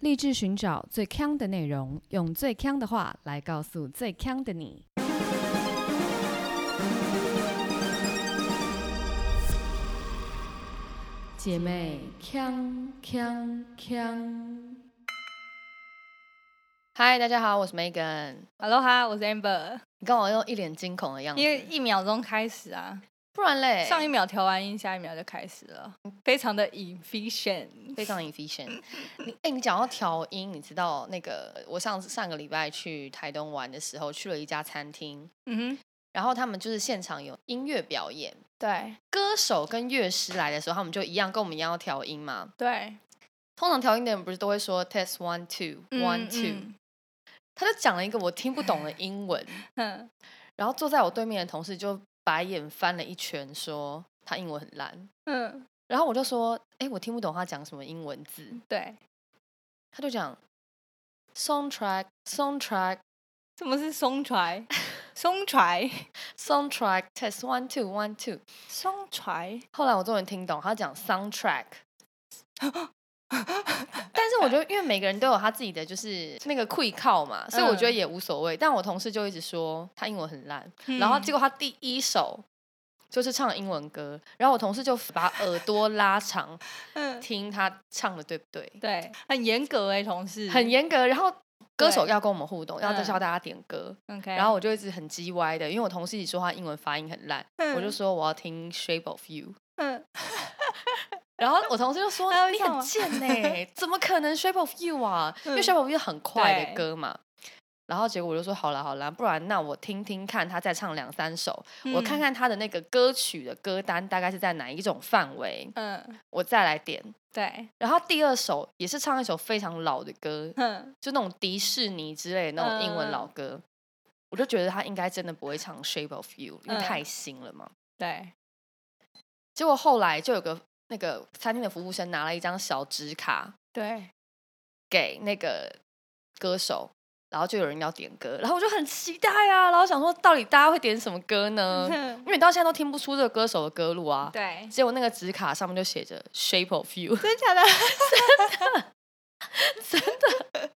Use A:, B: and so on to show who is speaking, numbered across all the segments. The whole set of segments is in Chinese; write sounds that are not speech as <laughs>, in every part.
A: 立志寻找最强的内容，用最强的话来告诉最强的你。姐妹，强强强！
B: 嗨，大家好，我是 Megan。
C: Hello 哈，我是 Amber。
B: 你干嘛用一脸惊恐的样子
C: 因？为一秒钟开始啊，
B: 不然嘞，
C: 上一秒调完音，下一秒就开始了，非常的 efficient。
B: 非常
C: 嗯
B: efficient。你哎、你讲到调音，你知道那个我上次上个礼拜去台东玩的时候，去了一家餐厅，
C: 嗯哼，
B: 然后他们就是现场有音乐表演，
C: 对
B: 歌手跟乐师来的时候，他们就一样跟我们一样要调音嘛。
C: 对
B: 通常调音的人不是都会说 test one two
C: 嗯
B: one two，、
C: 嗯
B: 他就讲了一个我听不
C: <laughs>
B: 懂的英文，
C: 嗯，
B: 然后坐在我对面的同事就白眼翻了一圈，说他英文很烂。
C: 嗯，
B: 然后我就说，哎，我听不懂他讲什么英文字，
C: 对，
B: 他就讲 soundtrack soundtrack
C: 什么是松揣？
B: <laughs>
C: 松揣，
B: soundtrack test one two one two。
C: 松揣，
B: 后来我终于听懂，他讲 soundtrack。但是我觉得，因为每个人都有他自己的就是那个 quick call 嘛，所以我觉得
C: 嗯
B: 也无所谓。但我同事就一直说他英文很烂，
C: 嗯
B: 然后结果他第一首就是唱英文歌，然后我同事就把耳朵拉长
C: 嗯，
B: 听他唱的对不对，
C: 对，很严格哎，同事，
B: 很严格。然后歌手
C: 对
B: 要跟我们互动，要再
C: 嗯
B: 教大家点歌，
C: OK。
B: 然后我就一直很叽歪的，因为我同事一直说他英文发音很烂，我就
C: 嗯
B: 说我要听 Shape of You，
C: 嗯，
B: 然后我同事就
C: <laughs>
B: 说
C: 他会
B: 你
C: 唱
B: 很
C: 吗
B: 贱呢、
C: <laughs>
B: 怎么可能 Shape of You 啊？因为
C: 嗯
B: Shape of You 很快的
C: 对
B: 歌嘛。然后结果我就说好啦好啦，不然那我听听看他再唱两三首，我看
C: 嗯
B: 看他的那个歌曲的歌单大概是在哪一种范围，
C: 嗯，
B: 我再来点。
C: 对，
B: 然后第二首也是唱一首非常老的歌，
C: 嗯，
B: 就那种迪士尼之类的那种英文
C: 嗯
B: 老歌，我就觉得他应该真的不会唱《Shape of You》，因为
C: 嗯
B: 太新了嘛。
C: 对，
B: 结果后来就有个那个餐厅的服务生拿了一张小纸卡
C: 对，
B: 给那个歌手，然后就有人要点歌，然后我就很期待啊，然后想说到底大家会点什么歌呢？因为你到现在都听不出这个歌手的歌路啊。
C: 嗯对，
B: 结果那个纸卡上面就写着《Shape of You》，
C: 真假的？
B: 真
C: 的，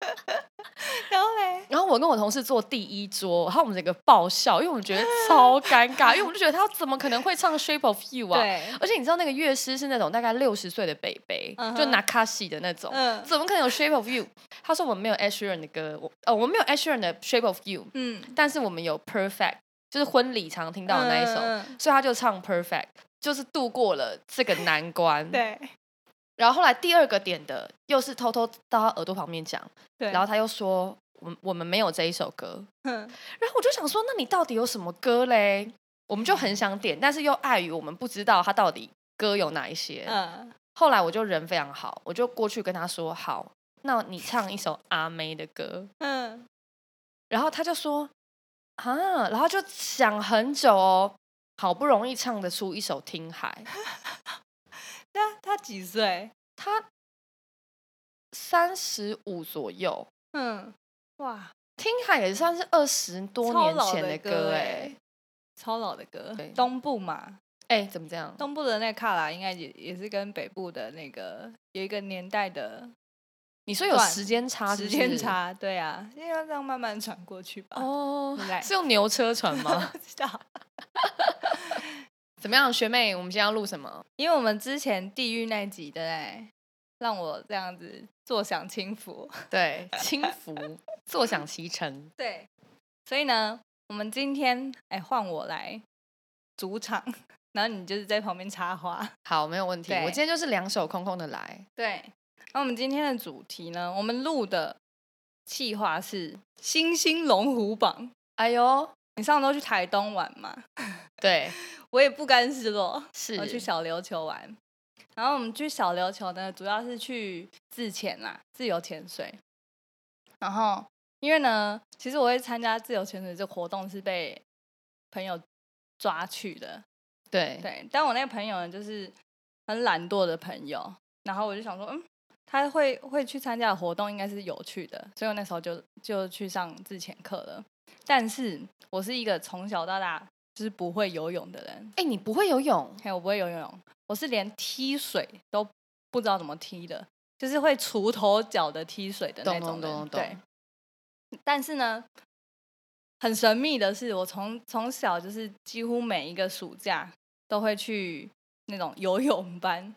C: 然后嘞，
B: 然后我跟我同事坐第一桌，然后我们整个爆笑，因为我们觉得超尴
C: <laughs>
B: 尬，因为我们就觉得他怎么可能会唱《Shape of You》啊？
C: 对，
B: 而且你知道那个乐师是那种大概六十岁的北北
C: 嗯
B: 就
C: 哼
B: 拿卡西的那种
C: 嗯
B: 怎么可能有《Shape of You》？他说我们没有 Ed Sheeran 的歌，我呃我们没有 Ed Sheeran 的《Shape of You》，
C: 嗯，
B: 但是我们有《Perfect》，就是婚礼常听到的那一首，
C: 嗯嗯嗯
B: 所以他就唱《Perfect》，就是度过了这个难关。
C: 嗯对
B: 然后后来第二个点的又是偷偷到他耳朵旁边讲，
C: 对，
B: 然后他又说我们我们没有这一首歌，
C: 嗯
B: 然后我就想说，那你到底有什么歌嘞？我们就很想点，但是又碍于我们不知道他到底歌有哪一些。
C: 嗯，
B: 后来我就人非常好，我就过去跟他说：“好，那你唱一首阿妹的歌。
C: 嗯，”
B: 然后他就说：“啊！”然后就想很久哦，好不容易唱得出一首《听海》。
C: 那他几岁？
B: 他三十五左右，
C: 嗯，哇，
B: 《听海》也算是二十多
C: 超
B: 年
C: 老
B: 前
C: 的
B: 歌哎
C: 欸超老的歌
B: 对，
C: 东部嘛，
B: 哎，怎么这样？
C: 东部的那卡拉应该也也是跟北部的那个有一个年代的
B: 你说有
C: 段
B: 时间差是
C: 时
B: 不
C: 间
B: 是
C: 差，对啊，因为要这样慢慢传过去吧。
B: 哦
C: 对不对
B: 是用牛车船吗？
C: <laughs> 不知道，
B: 怎么样，学妹？我们今天要录什么？
C: 因为我们之前地狱那集的哎，让我这样子坐享清福。 <laughs>
B: 对， <laughs> 轻浮，坐享其成。
C: 对，所以呢，我们今天哎换我来主场， <laughs> 然后你就是在旁边插花。
B: 好，没有问题。
C: 对
B: 我今天就是两手空空的来，
C: 对，那我们今天的主题呢，我们录的计划是《星星龙虎榜》。
B: 哎呦，
C: 你上周去台东玩嘛？ <laughs>
B: 对，
C: 我也不甘示弱，
B: 是
C: 我呃去小琉球玩。然后我们去小琉球呢，主要是去自潜啦，自由潜水。然后因为呢，其实我会参加自由潜水这活动是被朋友抓去的，
B: 对
C: 对。但我那个朋友呢，就是很懒惰的朋友，然后我就想说，嗯，他会会去参加的活动应该是有趣的，所以我那时候就就去上自潜课了。但是我是一个从小到大就是不会游泳的人，
B: 哎，你不会游泳
C: 嘿，我不会游泳，我是连踢水都不知道怎么踢的。就是会锄头脚的踢水的那
B: 懂
C: 种
B: 懂
C: 人。
B: 懂懂
C: 对，但是呢，很神秘的是，我从从小就是几乎每一个暑假都会去那种游泳班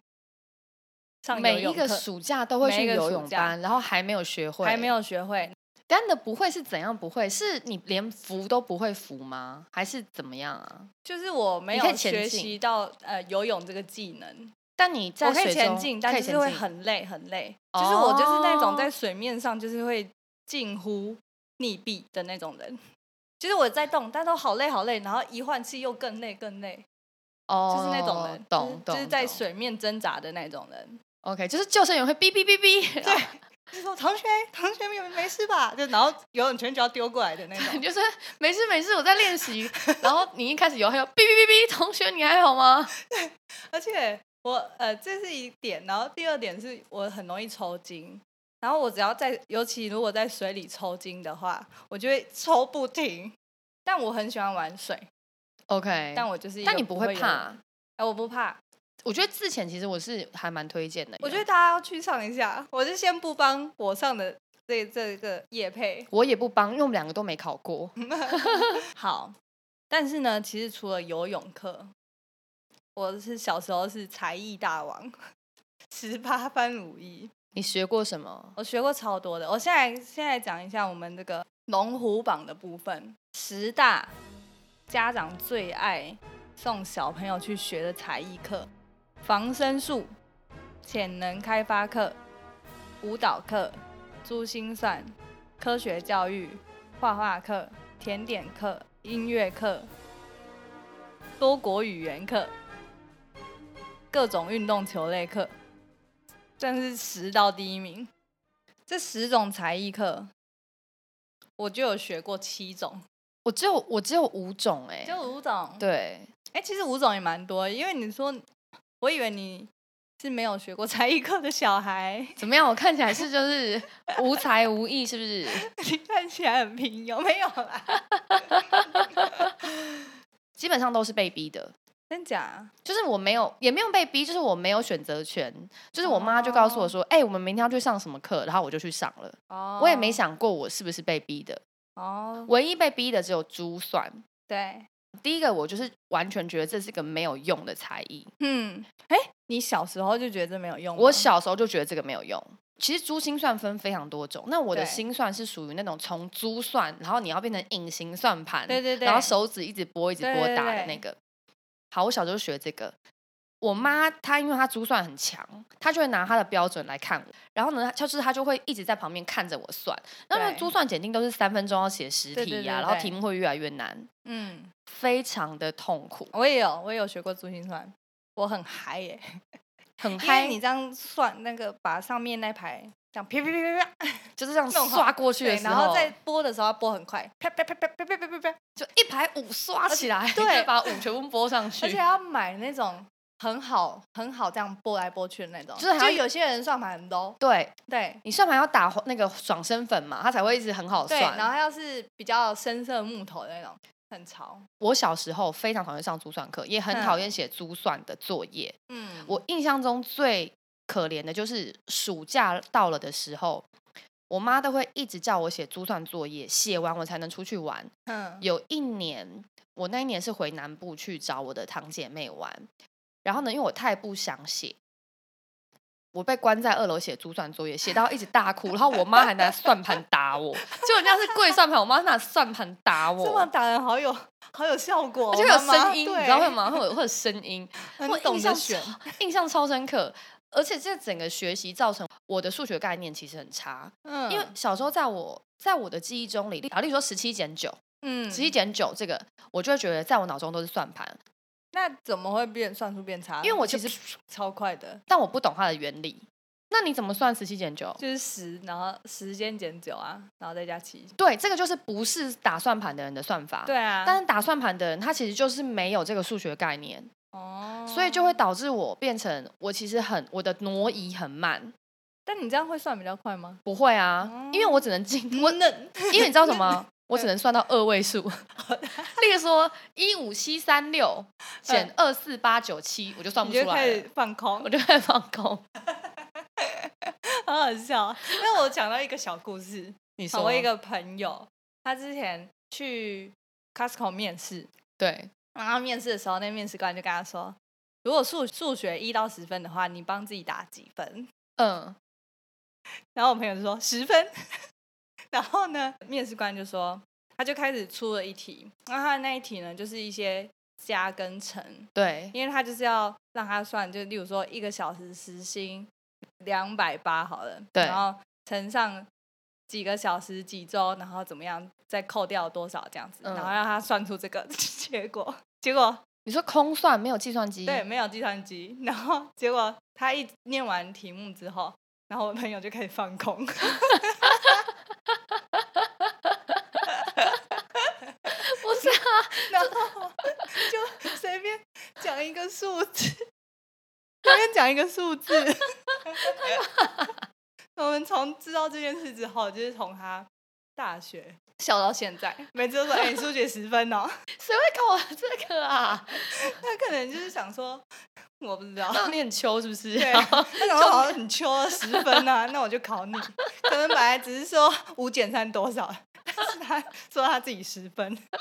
C: 上游
B: 每一
C: 泳
B: 个
C: 课
B: 暑假都会
C: 每
B: 去
C: 一个
B: 游
C: 暑
B: 泳
C: 假
B: 班，然后还没有学会，
C: 还没有学会，
B: 干的不会是怎样不会？是你连扶都不会扶吗？还是怎么样啊？
C: 就是我没
B: 你可以
C: 有
B: 前
C: 学
B: 进
C: 习到呃游泳这个技能。
B: 但你在
C: 我可以
B: 水
C: 前
B: 中
C: 进，但
B: 可以
C: 就是
B: 前
C: 会
B: 进
C: 很累很累。就是我就是那
B: 哦
C: 种在水面上就是会近乎溺毙的那种人。就是我在动，但都好累好累，然后一换气又更累更累，
B: 哦，
C: 就是那种人，
B: 懂
C: 就
B: 懂，
C: 是就是在
B: 懂。
C: 水面挣扎的那种人。
B: OK，就是救生员会哔哔哔 <laughs> 哔，对，
C: 就说同学同学没没事吧？就然后游泳圈就要丢过来的那种
B: 你。就是没事没事，我在练习。然后你一开始游，还有哔哔哔哔，同学你还好吗？
C: 而且我呃，这是一点，然后第二点是我很容易抽筋，然后我只要在，尤其如果在水里抽筋的话，我就会 <laughs> 抽不停。但我很喜欢玩水，
B: OK，
C: 但我就是一
B: 但
C: 个
B: 你不
C: 会
B: 会
C: 游泳
B: 怕？啊
C: 哎，我不怕。
B: 我觉得自潜其实我是还蛮推荐的，
C: 我觉得大家要去上一下，我是先不帮我上的这这个叶配
B: 我也不帮，因为我们两个都没考过。
C: 嗯好，但是呢，其实除了游泳课，我是小时候是才艺大王，十八般武艺。
B: 你学过什么？
C: 我学过超多的。我现在现在讲一下我们这个龙虎榜的部分，十大家长最爱送小朋友去学的才艺课：防身术、潜能开发课、舞蹈课、珠心算、科学教育、画画课、甜点课、音乐课、多国语言课、各种运动球类课。算是十到第一名。这十种才艺课，我就有学过七种，
B: 我只有我只有五种哎、
C: 就五种。，
B: 对，
C: 哎、其实五种也蛮多，因为你说，我以为你是没有学过才艺课的小孩， <laughs>
B: 怎么样？我看起来是就是无才无艺，是不是？
C: 你看起来很平庸，没有啦， <laughs>
B: 基本上都是被逼的，
C: 真假？
B: 就是我没有，也没有被逼，就是我没有选择权。就是我妈就告诉我说：“哎、我们明天要去上什么课。”然后我就去上了。
C: 哦
B: 我也没想过我是不是被逼的，
C: 哦，
B: 唯一被逼的只有珠算。
C: 对，
B: 第一个，我就是完全觉得这是个没有用的才艺。
C: 嗯，哎、你小时候就觉得没有用吗，
B: 我小时候就觉得这个没有用。其实珠心算分非常多种，那我的
C: 对
B: 心算是属于那种从珠算，然后你要变成隐形算盘，
C: 对对对
B: 然后手指一直拨一直
C: 对
B: 拨
C: 对
B: 打的
C: 对
B: 那个。好，我小时候学这个。我妈她因为她珠算很强，她就会拿她的标准来看我，然后呢，她就是她就会一直在旁边看着我算。那因为
C: 对
B: 珠算检定都是三分钟要写十题呀、
C: 对对对
B: 然后
C: 对
B: 题目会越来越难，
C: 嗯，
B: 非常的痛苦，
C: 我也有，我也有学过珠心算，我很嗨耶、
B: 很
C: 因为
B: 嗨，
C: 你这样算那个，把上面那排这样啪啪啪啪啪，
B: 就是这样
C: 弄好
B: 刷过去的
C: 对，
B: 时候，
C: 然后再拨的时候要拨很快，啪啪啪啪啪啪啪啪啪，
B: 就一排五刷起来， <laughs>
C: 对
B: 就把五全部拨上去，
C: 而且要买那种很好很好这样拨来拨去的那种，
B: 就是还
C: 就
B: 要
C: 有些人算盘很 low，
B: 对
C: 对
B: 你算盘要打那个爽身粉嘛，它才会一直很好
C: 对，然后
B: 哦算。
C: 要是比较深色木头的那种，很潮，
B: 我小时候非常讨厌上珠算课，也很
C: 嗯
B: 讨厌写珠算的作业。
C: 嗯，
B: 我印象中最可怜的就是暑假到了的时候。我妈都会一直叫我写珠算作业，写完我才能出去玩。
C: 嗯
B: 有一年，我那一年是回南部去找我的堂姐妹玩，然后呢，因为我太不想写，我被关在二楼写珠算作业，写到一直大哭，然后我妈还拿算盘打我，就人家是跪算盘，我妈拿算盘打
C: 这么
B: 我。
C: 打人好有好有效果，
B: 而且会有
C: 妈妈
B: 声音，你知道会？吗？会有会有声音，
C: 对
B: 我
C: <laughs> 很懂
B: 印象
C: 得选，
B: 超印象超深刻。而且这整个学习造成我的数学概念其实很差，
C: 嗯
B: 因为小时候在我在我的记忆中里，啊，例如说十七减九，
C: 嗯
B: 十一减九这个，我就会觉得在我脑中都是算盘，
C: 那怎么会变算术变差？
B: 因为我其
C: 就
B: 实
C: 超快的，
B: 但我不懂它的原理。那你怎么算十七减九？
C: 就是十，然后时间减九啊，然后再加七。
B: 对，这个就是不是打算盘的人的算法。
C: 对。啊，
B: 但是打算盘的人，他其实就是没有这个数学概念，
C: 哦，
B: 所以就会。导致我变成我其实很我的挪移很慢，
C: 但你这样会算比较快吗？
B: 不会啊，因为我只能进我，
C: 嫩，
B: 因为你知道什 <laughs> 么？我只能算到二位数，例如说一五七三六减二嗯四八九七，我就算
C: 你
B: 不
C: 就
B: 出来
C: 开
B: 了
C: 始，放空
B: 我，就开始放空。
C: 很好笑。那我讲到一个小故事，
B: 你说
C: 我一个朋友，他之前去 Costco 面试，
B: 对，
C: 然后面试的时候，那面试官就跟他说：“如果数数学一到十分的话，你帮自己打几分
B: 嗯，？”
C: 然后我朋友就说：“十分。” <laughs> 然后呢，面试官就说，他就开始出了一题，那他的那一题呢，就是一些加跟乘，
B: 对，
C: 因为他就是要让他算，就例如说一个小时时薪两百八好了，
B: 对
C: 然后乘上几个小时几周，然后怎么样，再扣掉多少这样子，
B: 嗯
C: 然后让他算出这个 <laughs> 结果。结果
B: 你说空算没有计算机，
C: 对，，没有计算机， <laughs> 然后结果他一念完题目之后，然后我朋友就开始放
B: <laughs>
C: 空，
B: 不是啊，
C: <laughs> 然后就随便讲一个数字，随便讲一个数字。 <laughs> 我们从知道这件事之后，就是从他大学笑到现
B: <laughs>
C: 在，每次都说：“哎、你数学十分哦。 <laughs>
B: 谁会搞这个啊？”
C: 他可能就是想说，我不知道。
B: 那你很秋是不是？
C: 对，那种好像很秋啊，十分啊，那我就考你。可能本来只是说五减三多少，但是他说他自己十分，
B: 不知道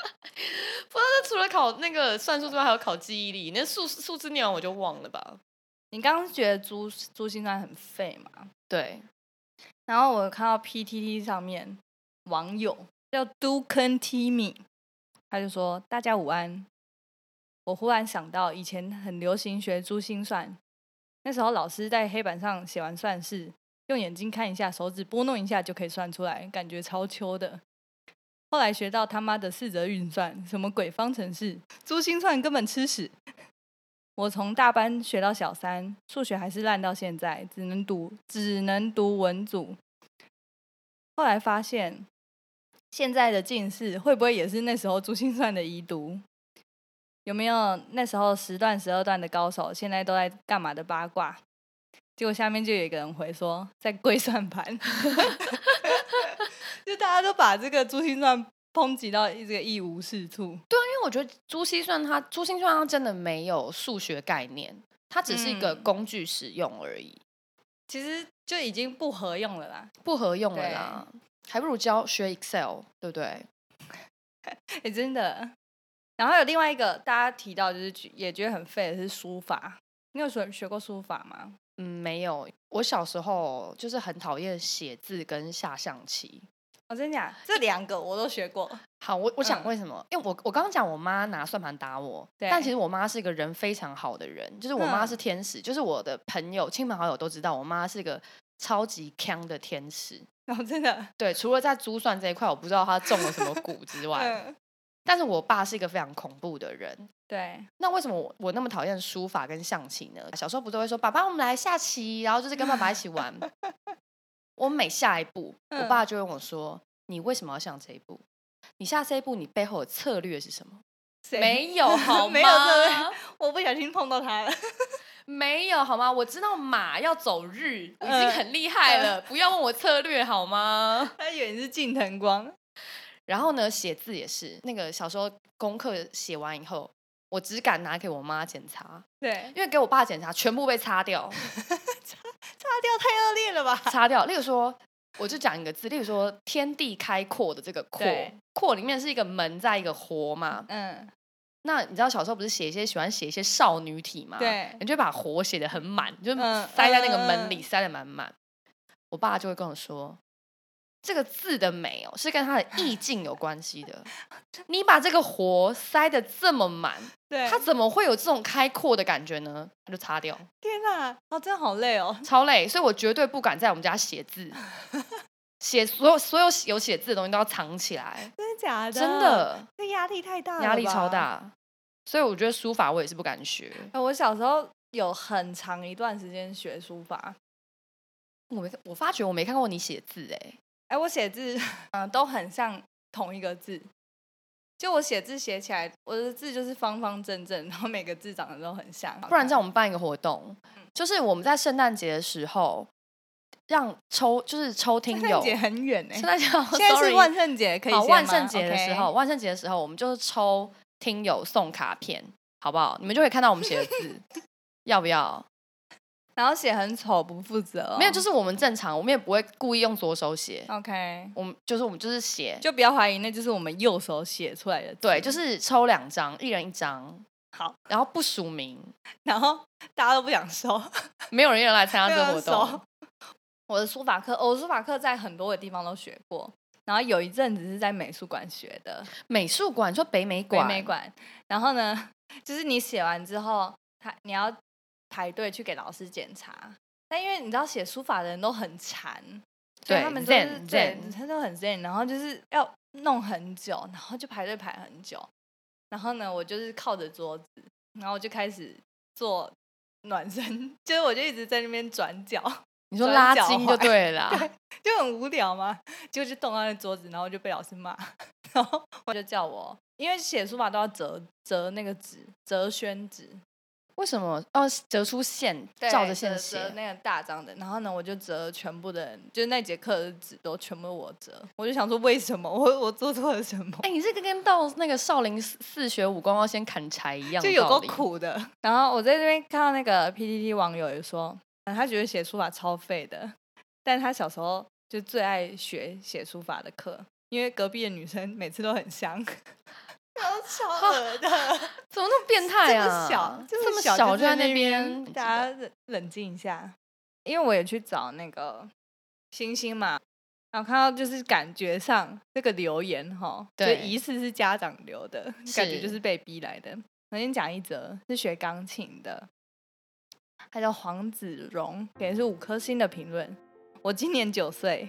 B: 那除了考那个算术之外，还有考记忆力。那数数字念完我就忘了吧？
C: 你刚刚觉得珠珠心算很废嘛？
B: 对，
C: 然后我看到 PTT 上面网友叫 Duken Timmy，他就说：“大家午安。”我忽然想到以前很流行学珠心算，那时候老师在黑板上写完算式，用眼睛看一下，手指拨弄一下就可以算出来，感觉超秋的。后来学到他妈的四则运算，什么鬼方程式、珠心算根本吃屎。我从大班学到小三，数学还是烂到现在，只能读只能读文组。后来发现，现在的近视会不会也是那时候珠心算的遗毒？有没有那时候十段、十二段的高手，现在都在干嘛的八卦？结果下面就有一个人回说，在跪算盘， <laughs> 就大家都把这个珠心算抨击到这个一无是处。
B: 因为我觉得珠心算它珠心算它真的没有数学概念，它只是一个
C: 嗯
B: 工具使用而已，
C: 其实就已经不合用了啦。
B: 不合用了啦。还不如教学 Excel，对不对？
C: 哎、真的。然后有另外一个大家提到，就是觉也觉得很废的是书法。你有学学过书法吗？
B: 嗯，没有。我小时候就是很讨厌写字跟下象棋。
C: 我、哦真假？这两个我都学 <laughs> 过。
B: 好，我我讲
C: 嗯
B: 为什么？因为我我刚刚讲我妈拿算盘打我，
C: 对
B: 但其实我妈是一个人非常好的人，就是我妈
C: 嗯
B: 是天使，就是我的朋友、亲朋好友都知道，我妈是一个超级强的天使。
C: 然后哦真的，
B: 对，除了在珠算这一块，我不知道她中了
C: <laughs>
B: 什么蛊之外，
C: 嗯，
B: 但是我爸是一个非常恐怖的人。
C: 对，
B: 那为什么我我那么讨厌书法跟象棋呢？小时候不都会说爸爸，我们来下棋，然后就是跟爸爸一起
C: <laughs>
B: 玩。我每下一步，我
C: 嗯
B: 爸就问我说：“你为什么要下这一步？你下这一步，你背后的策略是什么？”
C: 谁
B: 没
C: <laughs>
B: 有好吗？
C: 没有这位，我不小心碰到他了。
B: 没有好吗？我知道马要走日，我已经
C: 嗯
B: 很厉害了，不要问我策略好
C: <laughs>
B: 吗？
C: 他以为你是近藤光。
B: 然后呢，写字也是，那个小时候功课写完以后，我只敢拿给我妈检查，
C: 对，
B: 因为给我爸检查全部被擦掉，
C: 擦掉太恶劣了吧？
B: <laughs> 擦掉。例如说，我就讲一个字，例如说“天地开阔”的这个“阔
C: 对”，
B: 阔里面是一个门，在一个活嘛。
C: 嗯，
B: 那你知道小时候不是写一些喜欢写一些少女体吗？
C: 对
B: 你就会把活写的很满，就是
C: 嗯
B: 塞在那个门
C: 嗯
B: 里
C: 嗯
B: 塞的满满。我爸就会跟我说，这个字的美哦，是跟它的意境有关系
C: <laughs>
B: 的。你把这个活塞的这么满，
C: 对。
B: 它怎么会有这种开阔的感觉呢？他就擦掉，
C: 天哪，哦，真的好累哦。
B: <laughs> 超累，所以我绝对不敢在我们家写 <laughs> 字。写所有所有有写字的东西都要藏起来，
C: 真的假的？
B: 真，的
C: 这压力太大了，
B: 压力超。大。所以我觉得书法我也是不敢学。
C: 哎我小时候有很长一段时间学书法，
B: 我没看，我发觉我没看过你写字哎、
C: 哎、我写字，嗯、都很像同一个字。就我写字写起来，我的字就是方方正正，然后每个字长得都很像。
B: 不然这样我们办一个活动，就是我们在圣诞节的时候让抽就是抽听
C: 圣
B: 友
C: 诞节，很远欸呢、
B: 圣诞节哦 <laughs>
C: 现在
B: sorry
C: 是万圣节，可以
B: 好
C: 先
B: 万
C: 吗
B: 圣节的时候，
C: OK
B: 万圣节的时候我们就是抽 <laughs> 听友送卡片，好不好？你们就可以看到我们写的字，要不要？
C: 然后写很丑，不负责哦、
B: 没有，就是是我们正常，我们也不会故意用左手写，
C: OK，
B: 我们就是我们就是写，
C: 哦就不要怀疑，那就是我们右手写出来的字。
B: 对，就是抽两张，一人一张，
C: 好。
B: 然后不署名，
C: <laughs> 然后大家都不想
B: <laughs>
C: 收，
B: 没有人要来参
C: <laughs>
B: 加这个
C: 没有
B: 活
C: 人
B: 动
C: 收。我的书法课，我的书法课在很多个地方都学过，然后有一阵子是在美术馆学的，
B: 美术馆，你说北美
C: 北
B: 馆，
C: 美馆。然后呢， <laughs> 就是你写完之后，他你要排队去给老师检查。但因为你知道写书法的人都很馋，所以
B: 对
C: 他们都是
B: zen，
C: 对
B: zen
C: 他都很 zen，然后就是要弄很久，然后就排队排很久。然后呢，我就是靠着桌子，然后我就开始做暖身， <laughs> 就是我就一直在那边转角， <laughs>
B: 你说
C: 转
B: 拉
C: 角
B: 筋就
C: 踝
B: 对了啦，
C: 就很无聊嘛，结果就动到那桌子，然后就被老师骂， <laughs> 然后我就叫我，因为写书法都要折折那个纸，折宣纸，
B: 为什么哦折出线，照着线
C: 折
B: 写
C: 折，那个大张的，然后呢，我就折全部的人，就是那节课的纸都全部我折，我就想说为什么 <laughs> 我我做错了什么，
B: 哎、你这个跟到那个少林寺寺学武功要先砍柴一样，
C: 就有够。苦的。 <laughs> 然后我在这边看到那个 PTT 网友也说，呃他觉得写书法超废的，但他小时候就最爱学写书法的课，因为隔壁的女生每次都很香，超超恶的。
B: <laughs> 怎么那么变态
C: 这
B: 啊？
C: 么小，
B: 这么
C: 小
B: 小
C: 就
B: 在
C: 那
B: 边，
C: 大家冷冷静一下，因为我也去找那个星星嘛，然后看到就是感觉上这个留言哈，就
B: 对
C: 疑似是家长留的，感觉就是是被逼来的。我先讲一则，是学钢琴的，他叫黄子荣，给的是五颗星的评论。我今年九岁，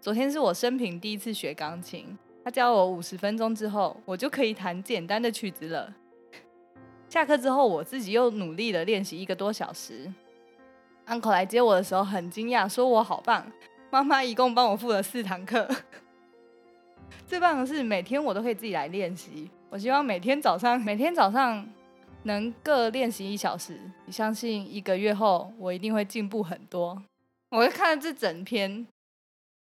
C: 昨天是我生平第一次学钢琴。他教我五十分钟之后，我就可以弹简单的曲子了。下课之后，我自己又努力的练习一个多小时。uncle 来接我的时候很惊讶，说我好棒。妈妈一共帮我付了四堂课。最棒的是，每天我都可以自己来练习。我希望每天早上， <laughs> 每天早上能各练习一小时。相信一个月后，我一定会进步很多。我就看了这整篇，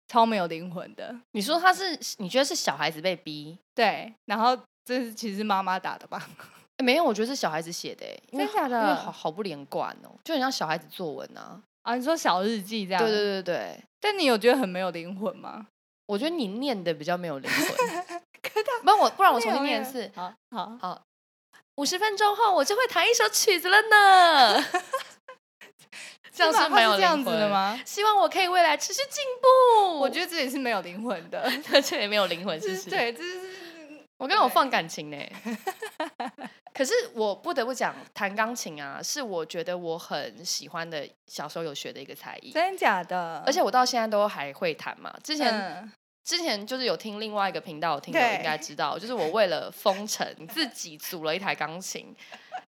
C: 超没有灵魂的。
B: 你说他是？你觉得是小孩子被逼？
C: 对，然后这是其实妈妈打的吧？ <laughs>
B: 诶没有，我觉得是小孩子写的、欸，因为
C: 真假
B: 因为
C: 的
B: 好好不连贯哦、就很像小孩子作文啊。
C: 啊，你说小日记这样？
B: 对对。对对，
C: 但你有觉得很没有灵魂吗？
B: 我觉得你念的比较没有
C: <laughs>
B: 灵魂。不然我不然我重新念一
C: 没有
B: 次。
C: 好好，
B: 五十分钟后，我就会弹一首曲子了
C: <laughs>
B: 呢。这样
C: 是吗
B: 是蛮有
C: 它是这样
B: 灵
C: 子
B: 魂
C: 的？吗？
B: 希望我可以未来持续进步。
C: 我觉得这也是没有灵魂
B: <laughs>
C: 的，
B: 得这也没有灵 <laughs> 魂，
C: 这
B: 是不
C: 是
B: 是？
C: 对，这是
B: 我刚刚有
C: 对
B: 放感情呢、 <laughs> 可是我不得不讲，弹钢琴啊，是我觉得我很喜欢的，小时候有学的一个才艺，
C: 真的假的？
B: 而且我到现在都还会弹嘛。之前、
C: 嗯，
B: 之前就是有听另外一个频道，有听友
C: 对
B: 应该知道，就是我为了《封城》自己组了一台钢琴，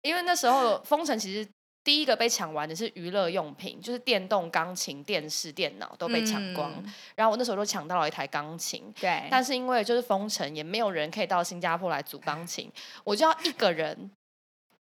B: 因为那时候《封城》其实第一个被抢完的是娱乐用品，就是电动钢琴、电视、电脑都被抢光，
C: 嗯
B: 然后我那时候就抢到了一台钢琴，
C: 对，
B: 但是因为就是封城，也没有人可以到新加坡来组钢琴，我就要一个人。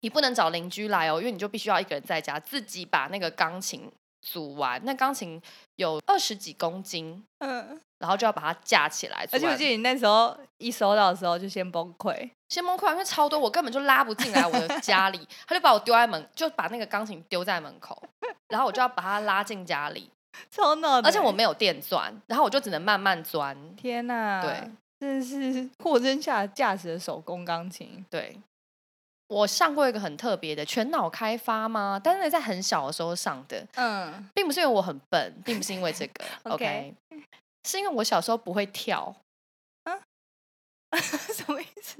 B: 你不能找邻居来哦，因为你就必须要一个人在家自己把那个钢琴组完。那钢琴有二十几公斤，
C: 嗯，
B: 然后就要把它架起来。
C: 而且我记得
B: 得
C: 你那时候一收到的时候就先崩溃，
B: 先崩溃，因为超多，我根本就拉不进来我的家里。 <laughs> 他就把我丢在门，就把那个钢琴丢在门口，然后我就要把它拉进家
C: <laughs>
B: 里。
C: 超闹的。欸
B: 而且我没有电钻，然后我就只能慢慢钻。
C: 天哪，
B: 对，
C: 真的是货真价价实的手工钢琴。
B: 对，我上过一个很特别的全脑开发吗？但是在很小的时候上的，
C: 嗯，
B: 并不是因为我很笨，并不是因为这
C: <laughs>
B: 个
C: OK
B: 是因为我小时候不会跳，
C: <laughs> 什么意思？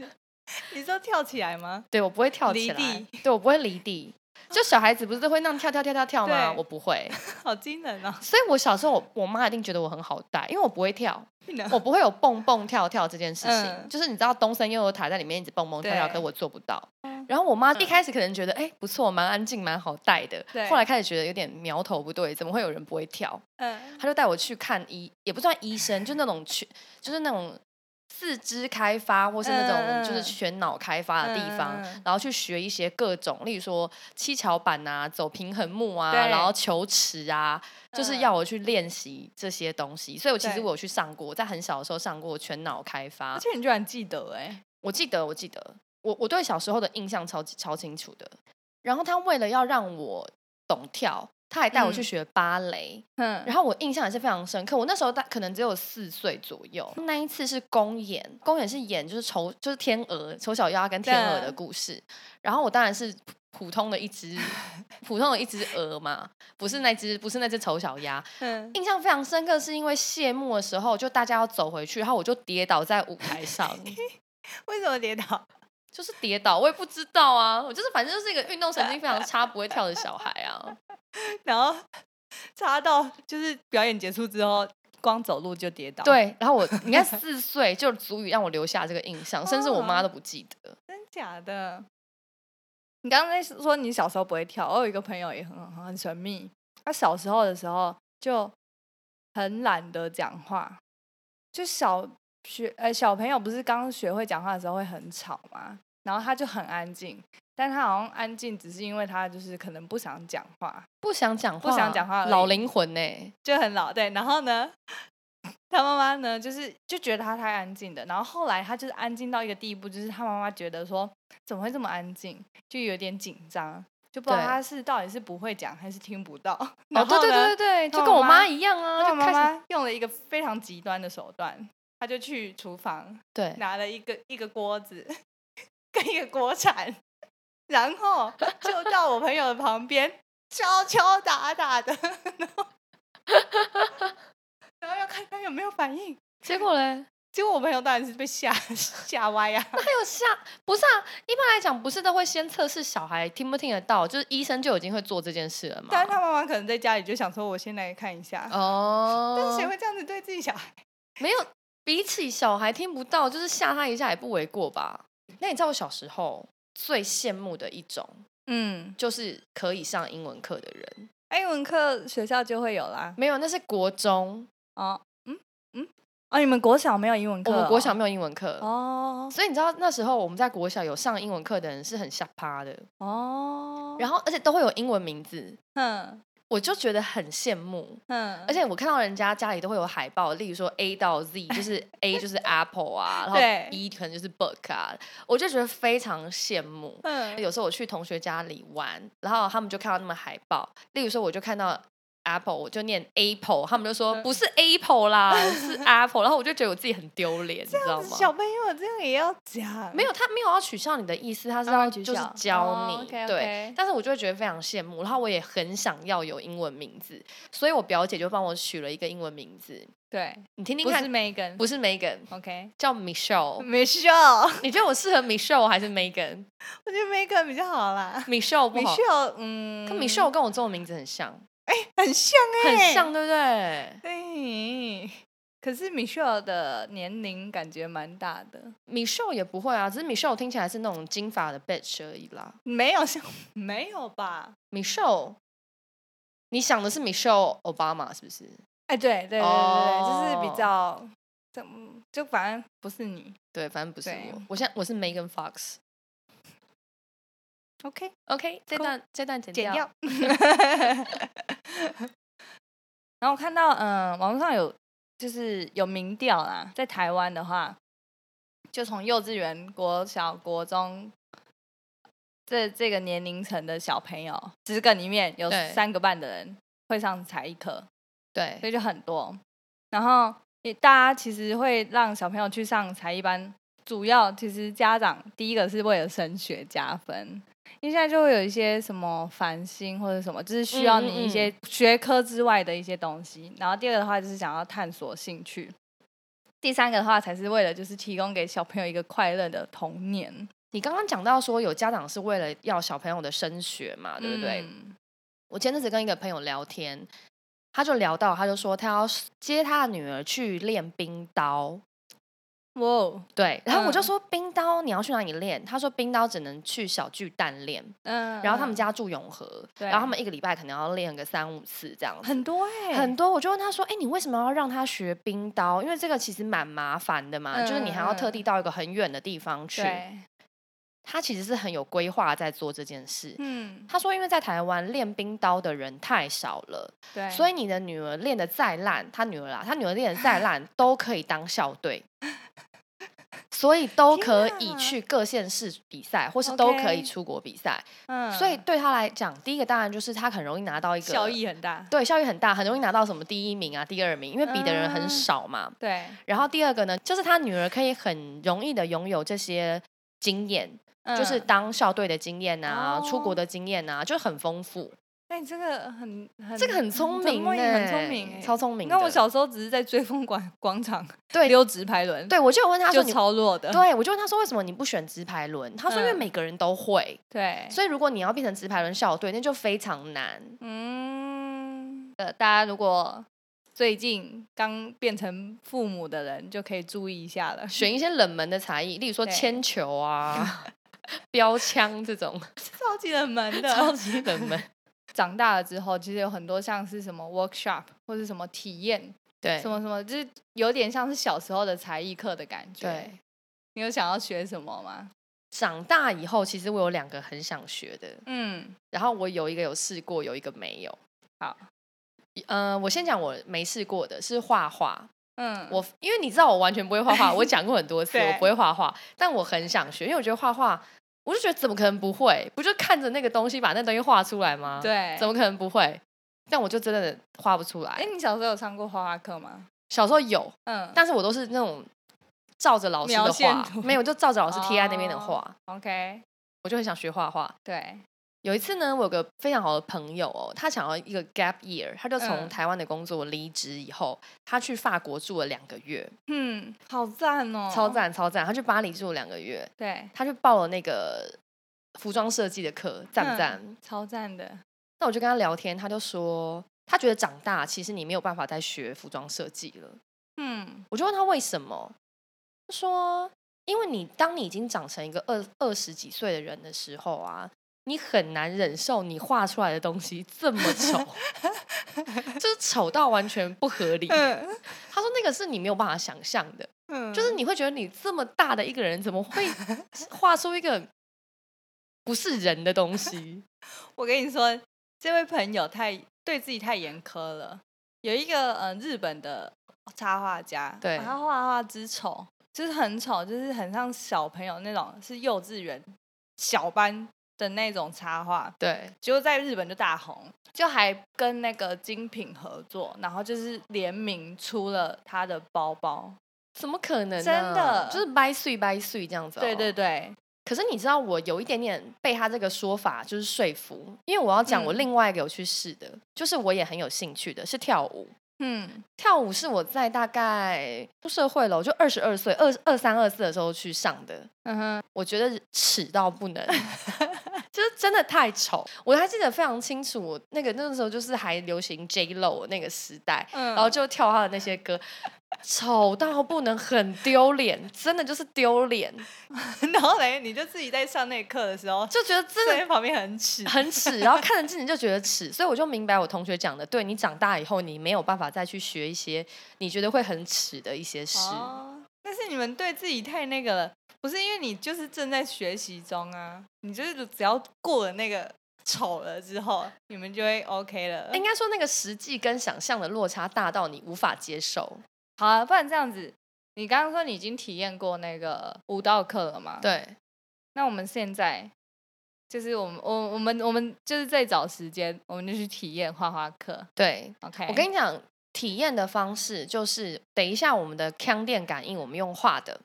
C: 你说跳起来吗？
B: 对我不会跳起
C: 离
B: 来
C: 地，
B: 对我不会离地。就小孩子不是都会那样跳跳跳跳跳吗？
C: 对
B: 我不会，
C: 好惊人哦！
B: 所以我小时候我我妈一定觉得我很好带，因为我不会跳，
C: 技能 <laughs>
B: 我不会有蹦蹦跳跳这件事情。
C: 嗯
B: 就是你知道东森幼儿塔在里面一直蹦蹦跳跳，
C: 对
B: 可我做不到。
C: 嗯
B: 然后我妈一
C: 嗯
B: 开始可能觉得，哎、不错，蛮安静，蛮好带的。
C: 对
B: 后来开始觉得有点苗头不对，怎么会有人不会跳？
C: 嗯
B: 她就带我去看医，也不算医生，就那种去，就是那种四肢开发或是那种
C: 嗯嗯
B: 就是全脑开发的地方，
C: 嗯嗯嗯
B: 然后去学一些各种，例如说七巧板啊、走平衡木啊，
C: 对
B: 然后球池啊，就是
C: 嗯
B: 要我去练习这些东西。所以我其实
C: 对
B: 我有去上过，在很小的时候上过全脑开发
C: 而。且你居然记得哎、
B: 我记得，我记得，我我对小时候的印象超级超清楚的。然后他为了要让我懂跳，他还带我
C: 嗯
B: 去学芭蕾，
C: 嗯，
B: 然后我印象也是非常深刻。我那时候大可能只有四岁左右，那一次是公演，公演是演就是丑就是天鹅丑小鸭跟天鹅的
C: 对
B: 故事，然后我当然是普。普通的一只，普通的一只鹅嘛，不是那只，不是那只丑小鸭。
C: 嗯，
B: 印象非常深刻，是因为谢幕的时候，就大家要走回去，然后我就跌倒在舞台上，
C: 为什么跌倒？
B: 就是跌倒，我也不知道啊，我就是反正就是一个运动神经非常差、不会跳的小孩啊。
C: 然后插到就是表演结束之后，光走路就跌倒。，
B: 对，然后
C: <laughs>
B: 我你看四岁就足以让我留下这个印象，甚至我
C: 哦
B: 妈都不记得。
C: 真假的？你刚才说你小时候不会跳，我有一个朋友也很很神秘，他小时候的时候就很懒得讲话，就小学呃小朋友不是刚学会讲话的时候会很吵嘛，然后他就很安静，但他好像安静只是因为他就是可能不想讲话，
B: 不想讲话，
C: 不想讲话而已
B: 老灵魂呢、
C: 就很老对。然后呢，他妈妈呢，就是就觉得他太安静的。然后后来他就是安静到一个地步，就是他妈妈觉得说怎么会这么安静，就有点紧张，就不知道
B: 对
C: 他是到底是不会讲还是听不到。
B: 哦，
C: 然
B: 对
C: 后
B: 对
C: 呢
B: 对对对，
C: 他
B: 就跟我
C: 妈妈
B: 妈一样啊，
C: 他
B: 就
C: 妈
B: 开始
C: 妈用了一个非常极端的手段，他就去厨房
B: 对，
C: 拿了一个一个锅子 <laughs> 跟一个锅铲，然后就到我朋友的旁边敲敲打打的，然后然后要看他有没有反应。
B: 结果嘞，
C: 结果我朋友当然是被吓吓歪 <laughs> 呀、
B: 还有吓，不是啊，一般来讲不是都会先测试小孩听不听得到，就是医生就已经会做这件事了嘛。
C: 但是他妈妈可能在家里就想说，我先来看一下。
B: 哦，
C: 但是谁会这样子对自己小孩？
B: 没有，比起小孩听不到，就是吓他一下也不为过吧？那你知道我小时候最羡慕的一种，
C: <laughs> 嗯，
B: 就是可以上英文课的人。
C: 英文课学校就会有啦。
B: 没有，那是国中，
C: 哦，嗯嗯，哦，你们国小没有英文课
B: 我
C: 哦、
B: 们国小没有英文课，
C: 哦
B: 所以你知道那时候我们在国小有上英文课的人是很吓趴的，
C: 哦，
B: 然后而且都会有英文名字，
C: 嗯
B: 我就觉得很羡慕。
C: 嗯，
B: 而且我看到人家家里都会有海报，例如说 A 到 Z，就是
C: <laughs>
B: A 就是 Apple 啊，然
C: 对
B: 后 B 可能就是 Book 啊，我就觉得非常羡慕。
C: 嗯
B: 有时候我去同学家里玩，然后他们就看到那么海报，例如说我就看到 Apple，我就念 Apple，他们就说
C: 嗯
B: 不是 Apple 啦，是 Apple，然后我就觉得我自己很丢脸，你知道
C: 小
B: 吗？
C: 朋友这样也要讲，
B: 没有，他没有要取笑你的意思，他是
C: 哦
B: 要
C: 取
B: 就是
C: 笑
B: 教
C: 哦
B: 你，
C: ，OK，OK
B: 对。但是我就会觉得非常羡慕，然后我也很想要有英文名字，所以我表姐就帮我取了一个英文名字，
C: 对，
B: 你听听
C: 不是
B: 看，
C: Megan，
B: 不是嗯 Megan，
C: OK，
B: 叫 Michelle。
C: 没事哦，
B: 你觉得我适合 Michelle 还是 Megan？Michelle
C: 我觉得 Megan 比较好啦。
B: <laughs> 不
C: 米
B: 好
C: 秀，，嗯，
B: 跟 Michelle 跟我中文名字很像。
C: 很像哎、
B: 很像，对不对？
C: 对。可是米秀的年龄感觉蛮大的，
B: 米秀也不会啊，只是米秀听起来是那种金发的 bitch 而已啦。
C: 没有像 <laughs> 没有吧？
B: 米秀，你想的是米秀奥巴马是不是？
C: 哎，对对对对对，就是
B: 哦
C: 比较，怎么就反正不是你
B: 对，反正不是
C: 对
B: 我，我现在我是 Megan Fox。
C: ，OK，
B: OK，这
C: Cool
B: 段这段剪
C: 剪
B: 掉。
C: 掉。 <laughs> 然后我看到，嗯、网络上有就是有民调啦，在台湾的话，就从幼稚园、国小、国中这这个年龄层的小朋友，十个里面有
B: 对
C: 三个半的人会上才艺课，所
B: 对
C: 以就很多。然后也大家其实会让小朋友去上才艺班，主要其实家长第一个是为了升学加分，因为现在就会有一些什么繁星或者什么，就是需要
B: 嗯嗯
C: 你一些学科之外的一些东西。然后第二个的话就是想要探索兴趣。第三个的话，才是为了就是提供给小朋友一个快乐的童年，
B: 你刚刚讲到说有家长是为了要小朋友的升学嘛，对不对？
C: 嗯
B: 我前阵子跟一个朋友聊天，他就聊到，他就说他要接他的女儿去练冰刀。
C: 哇哦，
B: 对，然后我就
C: 嗯
B: 说冰刀你要去哪里练？他说冰刀只能去小巨蛋练，
C: 嗯
B: 然后他们
C: 家
B: 家住永和，
C: 对
B: 然后他们一个礼拜可能要练个三五次这样子。
C: 很多哎、
B: 很多，我就问他说：“哎、你为什么要让他学冰刀？因为这个其实蛮麻烦的嘛，就是你还要特地到一个很远的地方去。
C: 嗯对，
B: 他其实是很有规划在做这件事。
C: 嗯，
B: 他说：“因为在台湾练冰刀的人太少了，
C: 对，
B: 所
C: 以
B: 以你的女儿练的
C: <laughs>
B: 再烂，他女儿啦，他女儿练的再烂都可以当校队。所以都
C: 天
B: 可
C: 哪
B: 以去各县市比赛，或是都可以
C: OK
B: 出国比赛。
C: 嗯，
B: 所以对他来讲，第一个当然就是他很容易拿到一个
C: 效益很大。
B: 对，效益很大，很容易拿到什么第一名啊、第二名，因为比的人很
C: 嗯
B: 少嘛。
C: 对，
B: 然后第二个呢，就是他女儿可以很容易的拥有这些经验，就是
C: 嗯
B: 当校队的经验啊、出国
C: 哦
B: 的经验啊，就很丰富。
C: 哎、这个很很
B: 这个很聪明、
C: 很
B: 欸，
C: 很聪明、欸，
B: 超聪明的。
C: 那我小时候只是在追风广广场
B: 对
C: 溜直排轮，
B: 对我就有问他说
C: 就
B: 你。
C: 超弱的，
B: 对，我就问他说为什么你不选直排轮？他说因为
C: 嗯
B: 每个人都会，
C: 对，
B: 所以如果你要变成直排轮校队，那就非常难。
C: 嗯，呃，大家如果最近刚变成父母的人，就可以注意一下了。
B: 选一些冷门的才艺，例如说
C: 对
B: 铅球
C: <laughs>
B: 啊、标枪这种
C: 超级冷门
B: <laughs>
C: 的，
B: 超级冷
C: <laughs>
B: 门。
C: 长大了之后，其实有很多像是什么 workshop 或是什么体验，
B: 对
C: 什么什么，就是有点像是小时候的才艺课的感觉。
B: 对，，
C: 你有想要学什么吗？
B: 长大以后，其实我有两个很想学的，
C: 嗯，
B: 然后我有一个有试过，有一个没有。
C: 好，
B: 嗯、我先讲我没试过的是画画。
C: 嗯，
B: 我因为你知道我完全不会画画，我讲过很
C: <laughs>
B: 多次
C: 对
B: 我不会画画，但我很想学，因为我觉得画画，我就觉得怎么可能不会？不就看着那个东西把那东西画出来吗？，
C: 对，
B: 怎么可能不会？但我就真的画不出来。
C: 哎、你小时候有上过画画课吗？
B: 小时候有，
C: 嗯，
B: 但是我都是那种照着老师
C: 描
B: 的
C: 线
B: 画
C: 图，
B: 没有就照着老师贴在那边的
C: 哦
B: 画，
C: OK，
B: 我就很想学画画。
C: 对，
B: 有一次呢，我有个非常好的朋友哦，他想要一个 gap year，他就从
C: 嗯
B: 台湾的工作离职以后，他去法国住了两个月，
C: 嗯，好赞哦，
B: 超，赞超赞。他去巴黎住了两个月，
C: 对，
B: 他去报了那个服装设计的课，赞不
C: 嗯
B: 赞？
C: 超赞的，
B: 那我就跟他聊天，他就说他觉得长大其实你没有办法再学服装设计了。
C: 嗯，
B: 我就问他为什么，他说因为你当你已经长成一个二二十几岁的人的时候啊，你很难忍受你画出来的东西这么丑，
C: <laughs>
B: 就是丑到完全不合 <laughs> 理。
C: 嗯
B: 他说那个是你没有办法想象的，
C: 嗯，
B: 就是你会觉得你这么大的一个人，怎么
C: <laughs>
B: 会画出一个不是人的东西？
C: 我跟你说，这位朋友太对自己太严苛了。有一个呃日本的插画家，
B: 对
C: 他画画之丑，就是很丑，就是很像小朋友那种，是幼稚园小班的那种插画，
B: 对，
C: 结果在日本就大红，就还跟那个精品合作，然后就是联名出了他的包包。
B: 怎么可能、呢？
C: 真的
B: 就是掰碎掰碎这样子、哦
C: 对对。对，
B: 可是你知道，我有一点点被他这个说法就是说服，因为我要讲我
C: 嗯
B: 另外一个有去试的，就是我也很有兴趣的是跳舞。
C: 嗯
B: 跳舞是我在大概出社会了，我就二十二岁、二二三、二四的时候去上的。
C: 嗯哼，
B: 我觉得耻到不
C: <laughs>
B: 能，就是真的太丑。我还记得非常清楚，我那个那个时候就是还流行 J Lo 那个时代，
C: 嗯
B: 然后就跳他的那些歌，丑到不能，很丢脸，真的就是丢脸，
C: <laughs> 然后嘞，你就自己在上那课的时候，
B: 就觉得真
C: 在
B: 的。
C: 旁边很耻，
B: 很耻，然后看着自己就觉得耻，所以我就明白我同学讲的，对你长大以后，你没有办法再去学一些你觉得会很耻的一些事。
C: 哦，但是你们对自己太那个了，不是因为你就是正在学习中啊，你就是只要过了那个丑了之后，你们就会 OK 了。
B: 应该说那个实际跟想象的落差大到你无法接受。
C: 好、啊，不然这样子，你刚刚说你已经体验过那个舞蹈课了嘛？。
B: 对，
C: 那我们现在就是我们我我们我们就是最早时间，我们就去体验画画课。
B: 对，
C: OK，
B: 我跟你讲，体验的方式就是等一下我们的腔电感应，我们用画
C: <laughs>
B: 的。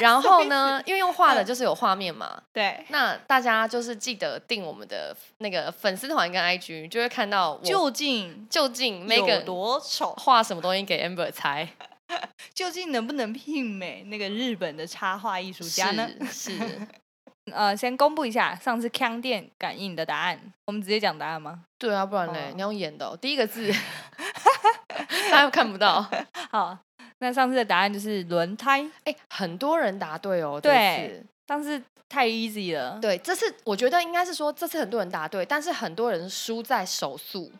B: 然后呢，因为用画的
C: 嗯
B: 就是有画面嘛，
C: 对，
B: 那大家就是记得订我们的那个粉丝团跟 IG，就会看到我
C: 究竟
B: 究竟
C: 有
B: Megan
C: 多丑？
B: 画什么东西给 Amber 猜。
C: <laughs> 究竟能不能媲美那个日本的插画艺术家呢？
B: 是，是
C: 呃，先公布一下上次腔电感应的答案，我们直接讲答案吗？
B: <laughs>
C: <laughs>
B: 对啊，不然嘞
C: 哦，
B: 你要用演的哦、第一个
C: <laughs>
B: 字，大家看不到。
C: 好，那上次的答案就是轮胎，
B: 哎，很多人答对哦，这
C: 对
B: 次
C: 上次太 easy 了。
B: 对，这次我觉得应该是说，这次很多人答对，但是很多人输在手速，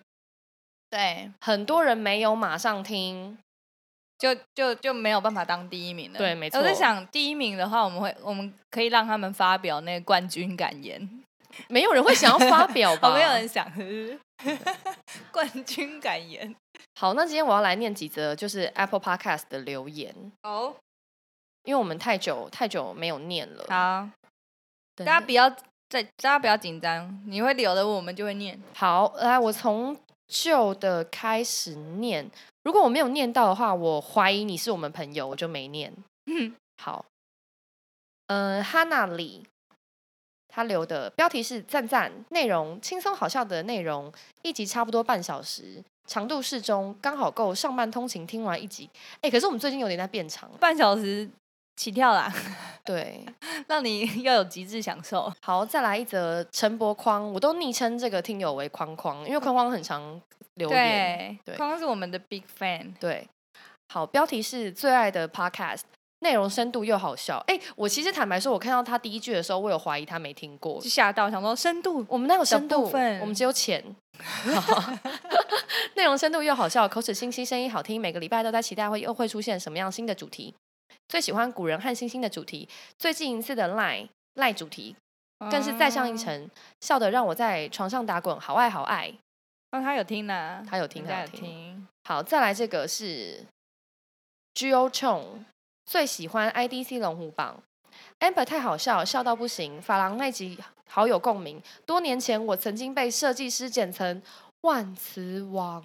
C: 对，
B: 很多人没有马上听。
C: 就就就没有办法当第一名了。
B: 对没错
C: 我在想，第一名的话，我们会我们可以让他们发表那个冠军感言，
B: 没有人会想要发表
C: <laughs>
B: 吧？
C: 哦，没有人想，是不是冠军感言。
B: 好，那今天我要来念几则就是 Apple Podcast 的留言。
C: 好，
B: 因为我们太久太久没有念了。
C: 好，
B: 等一下
C: 大家不要再，大家不要紧张，你会留的我们就会念。
B: 好，来，我从旧的开始念。如果我没有念到的话，我怀疑你是我们朋友，我就没念。好，嗯、呃，哈娜里，他留的标题是“赞赞”，内容轻松好笑的内容，一集差不多半小时，长度适中，刚好够上班通勤听完一集。哎、可是我们最近有点在变长了。
C: 半小时起跳啦， <laughs>
B: 对，
C: 让你 <laughs> 要有极致享受。
B: 好，再来一则陈伯框，我都昵称这个听友为框框，因为框框很常留言。
C: 对
B: 对，
C: 刚刚是我们的 big fan，
B: 对，好，标题是最爱的 podcast，内容深度又好笑。哎、我其实坦白说，我看到他第一句的时候，我有怀疑他没听过
C: 就。吓到，想说深度
B: 我们哪有深
C: 的部
B: 度？
C: 分
B: 我们只有
C: <laughs>
B: 浅。内容深度又好笑，口齿清晰，声音好听。每个礼拜都在期待会又会出现什么样新的主题。最喜欢古人和星星的主题，最近一次的 Line Line 主题更是再上一。
C: 嗯
B: 层，笑得让我在床上打滚，好爱好爱。
C: 哦，他有听呢，
B: 他有听
C: 人家
B: 他有
C: 有
B: 听
C: 听。
B: 好，再来这个是 G O Chong 最喜欢 I D C 龙虎榜，Amber 太好笑，笑到不行。法郎那集好有共鸣。多年前我曾经被设计师简称万磁王，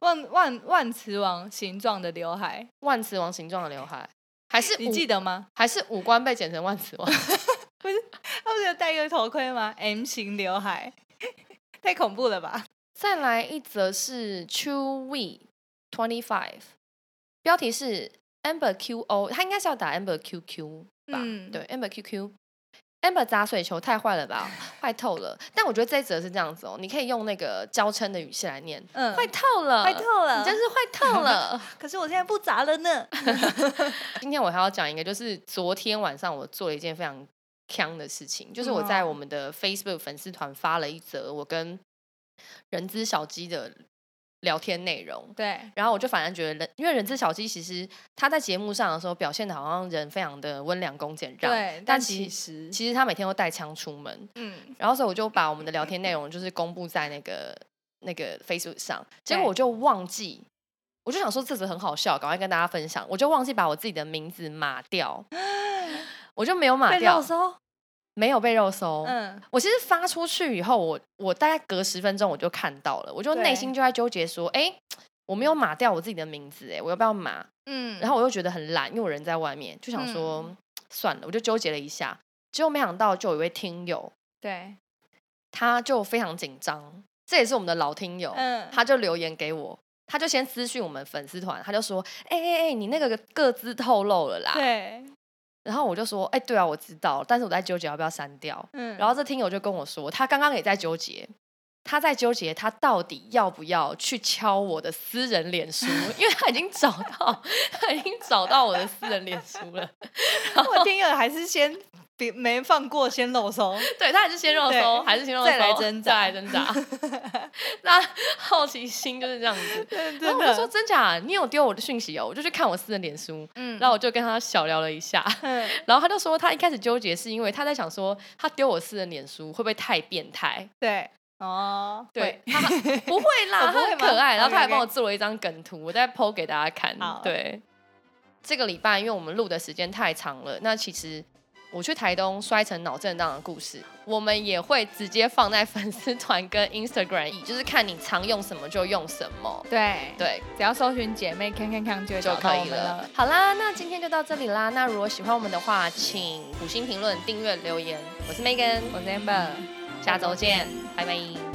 C: 万万万磁王形状的刘海，
B: 万磁王形状的刘海，还是
C: 你记
B: 得
C: 得吗？
B: 还是五官被简称万磁王？
C: 他不是有戴一个头盔吗？M 型刘海， <laughs> 太恐怖了吧？
B: 再来一则是 True We Twenty Five，标题是 Amber Q O，他应该是要打 Amber Q Q 吧？
C: 嗯
B: 对，Amber Q Q。Amber 砸水球太坏了
C: <laughs>
B: 吧，坏透了。但我觉得这一则是这样子哦，你可以用那个娇嗔的语气来念，
C: 嗯，
B: 坏透了，
C: 坏透了
B: 你真是坏透
C: <laughs>
B: 了。
C: 可是我现在不砸了呢。
B: 今天我还要讲一个，就是昨天晚上我做了一件非常坑的事情，就是我在
C: 哦
B: 我们的 Facebook 粉丝团发了一则我跟人资小鸡的聊天内容。
C: 对，
B: 然后我就反而觉得人，因为人之小鸡其实他在节目上的时候表现的好像人非常的温良恭俭让，
C: 对，
B: 但其
C: 其实，
B: 其实他每天都带枪出门。
C: 嗯，
B: 然后所以我就把我们的聊天内容就是公布在那个那个 Facebook 上，结果
C: 对
B: 我就忘记，我就想说这次很好笑，赶快跟大家分享，我就忘记把我自己的名字码
C: <laughs>
B: 掉，我就没有码
C: 被肉
B: 掉，
C: 搜，
B: 没有被肉搜。
C: 嗯，
B: 我其实发出去以后，我我大概隔十分钟我就看到了，我就
C: 对
B: 内心就在纠结说，哎，我没有码掉我自己的名字，哎，我要不要码？
C: 嗯，
B: 然后我又觉得很懒，因为我人在外面，就想说、算了，我就纠结了一下，结果没想到就有一位听友，
C: 对，
B: 他就非常紧张，这也是我们的老听友，
C: 嗯，
B: 哦他就留言给我。他就先私讯我们粉丝团，他就说：“哎哎哎，你那个个资透露了啦。
C: 对，”
B: 然后我就说：“哎、对啊，我知道，但是我在纠结要不要删掉。”
C: 嗯， <laughs>
B: 然后这听友就跟我说，他刚刚也在纠结，他在纠结他到底要不要去敲我的私人脸书，因为他已经找到，他已经找到我的私人脸书了。
C: 我听友还是先别没放过，先
B: <laughs>
C: 肉搜，
B: 对他还是先肉搜，
C: 对
B: 还是先肉搜，
C: 再来挣扎
B: 再来挣扎。
C: <laughs>
B: 那好奇心就是这样子。
C: 真
B: 然后我就说，真假，你有丢我的讯息哦？我就去看我私人脸书，
C: 嗯，
B: 然后我就跟他小聊了一下，
C: 嗯
B: 然后他就说他一开始纠结是因为他在想说他丢我私人脸书会不会太变态？ <laughs>
C: 对，哦，
B: 对，他不会啦，
C: <laughs> 哦
B: 他
C: 不会
B: 很
C: 吗
B: 可爱。然后他还
C: OK，OK
B: 帮我做了一张梗图，我再 PO 给大家看
C: 好。
B: 对，这个礼拜因为我们录的时间太长了，那其实我去台东摔成脑震荡的故事，我们也会直接放在粉丝团跟 Instagram，就是看你常用什么就用什么。
C: 对对，
B: 对，
C: 只要搜寻姐妹看看看就会
B: 就
C: 找
B: 可
C: 到我
B: 以
C: 们
B: 了
C: 了。。
B: 好啦，那今天就到这里啦。那如果喜欢我们的话，请五星评论、订阅、留言。我是 Megan，
C: 我是 Amber，
B: 下周见，拜拜。